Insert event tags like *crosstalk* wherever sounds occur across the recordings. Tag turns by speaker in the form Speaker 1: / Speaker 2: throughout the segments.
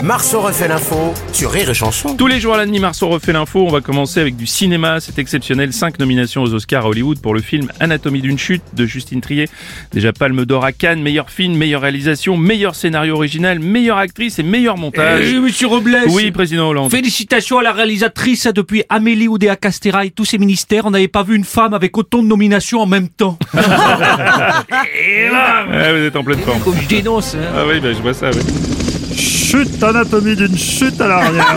Speaker 1: Marceau refait l'info sur Rire et Chanson.
Speaker 2: Tous les jours à la demi Marceau refait l'info. On va commencer avec du cinéma. C'est exceptionnel. Cinq nominations aux Oscars à Hollywood pour le film Anatomie d'une chute de Justine Trier. Déjà palme d'or à Cannes. Meilleur film, meilleure réalisation, meilleur scénario original, meilleure actrice et meilleur montage.
Speaker 3: Euh, monsieur Robles.
Speaker 4: Eh,
Speaker 2: Oui, président Hollande.
Speaker 3: Félicitations à la réalisatrice hein, depuis Amélie Oudéa Castera et tous ses ministères. On n'avait pas vu une femme avec autant de nominations en même temps.
Speaker 2: Ah, vous êtes en pleine forme.
Speaker 3: Comme je dénonce. hein.
Speaker 2: Ah oui, bah, je vois ça. ouais.
Speaker 5: Chute anatomie d'une chute à l'arrière.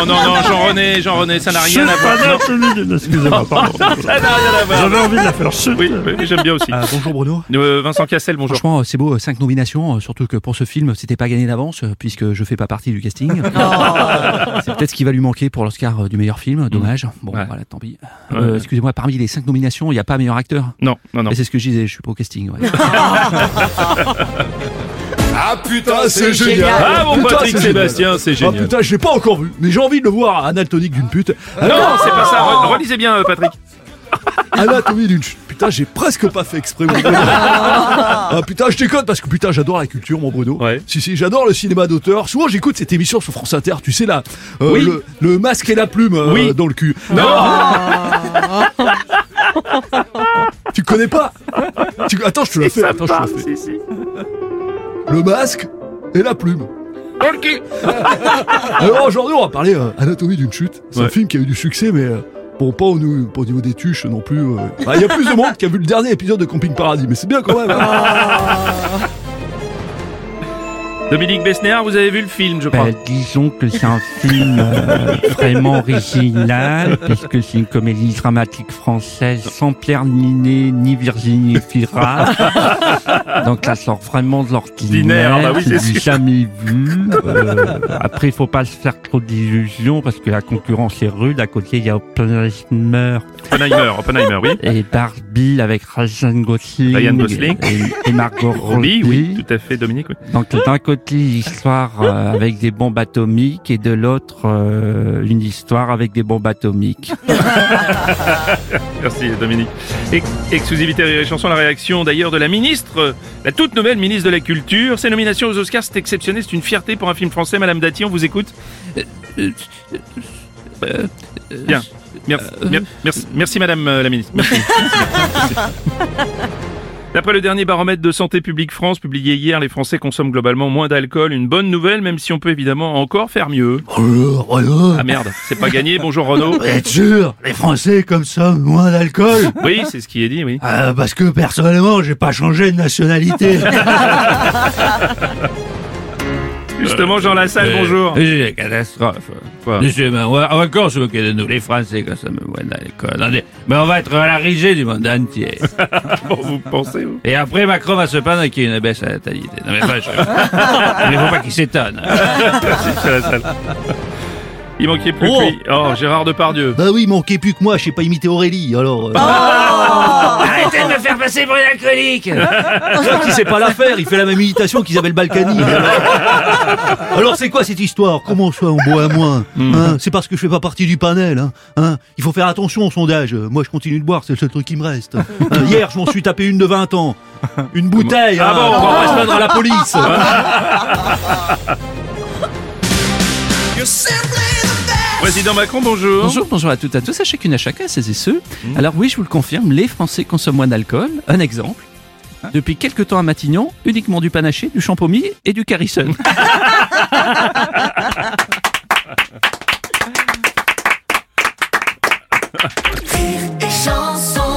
Speaker 2: Non, non, non, non, Jean-René, Jean-René, ça n'a
Speaker 5: Chute
Speaker 2: *laughs* rien à voir.
Speaker 5: anatomie d'une. Excusez-moi,
Speaker 2: *laughs*
Speaker 5: pardon.
Speaker 2: Ça n'a rien à voir.
Speaker 5: J'avais envie de la faire chute.
Speaker 2: Oui, oui, j'aime bien aussi.
Speaker 3: Euh, bonjour Bruno.
Speaker 2: Euh, Vincent Cassel, bonjour.
Speaker 3: Franchement, euh, c'est beau, euh, cinq nominations, euh, surtout que pour ce film, c'était pas gagné d'avance, euh, puisque je fais pas partie du *laughs* casting. Euh, c'est peut-être ce qui va lui manquer pour l'Oscar euh, du meilleur film, dommage. Bon,
Speaker 2: Ouais.
Speaker 3: voilà, tant pis. Euh, Excusez-moi, parmi les cinq nominations, il n'y a pas meilleur acteur
Speaker 2: Non, non, non.
Speaker 3: Et c'est ce que je disais, je suis pas au casting. *laughs* ouais.
Speaker 6: Ah putain, c'est génial.
Speaker 2: Ah, mon
Speaker 6: Putain,
Speaker 2: Patrick
Speaker 6: c'est
Speaker 2: Sébastien, c'est
Speaker 6: Ah
Speaker 3: Oh,
Speaker 2: génial.
Speaker 6: putain, je l'ai pas encore vu, mais j'ai envie de le voir, Anatonique d'une pute.
Speaker 4: Ah.
Speaker 2: Non, c'est pas ça.
Speaker 3: Oh.
Speaker 2: Re- Relisez bien, euh, Patrick.
Speaker 6: Anatomie d'une chute. Putain, j'ai presque pas fait exprès. Mon Bruno. ah putain, je déconne parce que putain, j'adore la culture, mon Bruno.
Speaker 2: Ouais.
Speaker 6: Si si, j'adore le cinéma d'auteur. Souvent, j'écoute cette émission sur France Inter. Tu sais là, euh,
Speaker 2: Oui.
Speaker 6: le, le masque et la plume euh,
Speaker 2: Oui.
Speaker 6: dans le cul.
Speaker 2: Non,
Speaker 6: Tu connais pas Tu- Attends, je te la fais.
Speaker 2: ça
Speaker 6: Attends, je te la
Speaker 2: parle.
Speaker 6: fais.
Speaker 2: Si, si.
Speaker 6: Le masque et la plume. Alors aujourd'hui, on va parler euh, Anatomie d'une chute. C'est
Speaker 2: Ouais.
Speaker 6: un film qui a eu du succès, mais euh, bon, pas au, nou- pas au niveau des tuches non plus. euh. Ah, Il y a plus de monde qui a vu le dernier épisode de Camping Paradis, mais c'est bien quand même. hein.
Speaker 2: Ah. Dominique Besnéard, vous avez vu le film, je crois.
Speaker 4: Bah, disons que c'est un film euh, vraiment original, puisque c'est une comédie dramatique française sans Pierre Ninet ni Virginie Fira. Donc ça sort vraiment de
Speaker 2: Ordinaire,
Speaker 4: l'ordinaire,
Speaker 6: ah
Speaker 2: bah oui,
Speaker 4: c'est
Speaker 2: c'est
Speaker 4: du jamais vu. Euh, après, il faut pas se faire trop d'illusions, parce que la concurrence est rude. À côté, il y a Oppenheimer
Speaker 2: Oppenheimer, Oppenheimer, oui.
Speaker 4: et Barbie avec Ryan Gosling,
Speaker 2: Ryan Gosling.
Speaker 4: Et, et Margot
Speaker 2: *laughs* Robbie,
Speaker 4: Robbie.
Speaker 2: oui, tout à fait, Dominique. oui.
Speaker 4: Donc d'un côté l'histoire euh, avec des bombes atomiques et de l'autre euh, une histoire avec des
Speaker 2: *laughs*
Speaker 4: bombes atomiques.
Speaker 2: Merci, Dominique. Ex- exclusivité Rire et Chanson, la réaction d'ailleurs de la ministre, euh, la toute nouvelle ministre de la Culture. Ses nominations aux Oscars, c'est exceptionnel, c'est une fierté pour un film français. Madame Dati, on vous écoute. Euh, Bien. Mer- mer- merci, merci, Madame euh, la ministre. *laughs* Merci. D'après le dernier baromètre de Santé publique France publié hier, les Français consomment globalement moins d'alcool. Une bonne nouvelle, même si on peut évidemment encore faire mieux.
Speaker 5: Oh là, oh là.
Speaker 2: Ah merde, c'est pas gagné. Bonjour
Speaker 6: *laughs*
Speaker 2: Renaud.
Speaker 5: Faut Être sûr, les Français comme ça, moins d'alcool.
Speaker 2: Oui, c'est ce qui est dit, oui.
Speaker 5: Euh, parce que personnellement, j'ai pas changé de nationalité.
Speaker 2: Justement, Jean Lassalle, bonjour.
Speaker 7: Euh, C'est la catastrophe.
Speaker 2: Quoi
Speaker 7: Monsieur, mais on va Ah, encore se moquer de nous, les Français, quand ça me voit dans l'école. Attendez, Mais on va être à la risée du monde
Speaker 2: *laughs*
Speaker 7: entier.
Speaker 2: Bon, vous pensez, vous
Speaker 7: Et après, Macron va se plaindre qu'il y a une baisse à la natalité. Non, mais pas sûr.
Speaker 2: *laughs*
Speaker 7: Il ne faut pas qu'il s'étonne.
Speaker 2: Monsieur Lassalle. Il manquait plus que lui. Oh, Gérard Depardieu.
Speaker 5: *laughs* bah oui, manquez plus que moi, je sais pas imiter Aurélie, alors. euh,
Speaker 7: Arrêtez de me faire passer pour une alcoolique
Speaker 2: Euh,
Speaker 3: Qui sait pas la faire, il fait la même imitation qu'Isabelle Balkany.
Speaker 5: *laughs* Alors c'est quoi cette histoire Comment soit on boit moins hein C'est parce que je fais pas partie du panel. Hein hein Il faut faire attention au sondage. Euh, Moi je continue de boire, c'est le seul truc qui me *laughs* reste. Hein, hier je m'en suis tapé une de 20 ans. Une bouteille.
Speaker 2: Ah
Speaker 5: hein.
Speaker 2: bon,
Speaker 5: on va pas se plaindre à la police.
Speaker 2: Président Macron, bonjour.
Speaker 3: Bonjour, bonjour à toutes et à tous, à chacune, à chacun, à celles et ceux. Alors oui, je vous le confirme, les Français consomment moins d'alcool. Un exemple.
Speaker 2: Hein
Speaker 3: Depuis quelques temps à Matignon, uniquement du panaché, du champomy et du carisson.
Speaker 8: Rire et chanson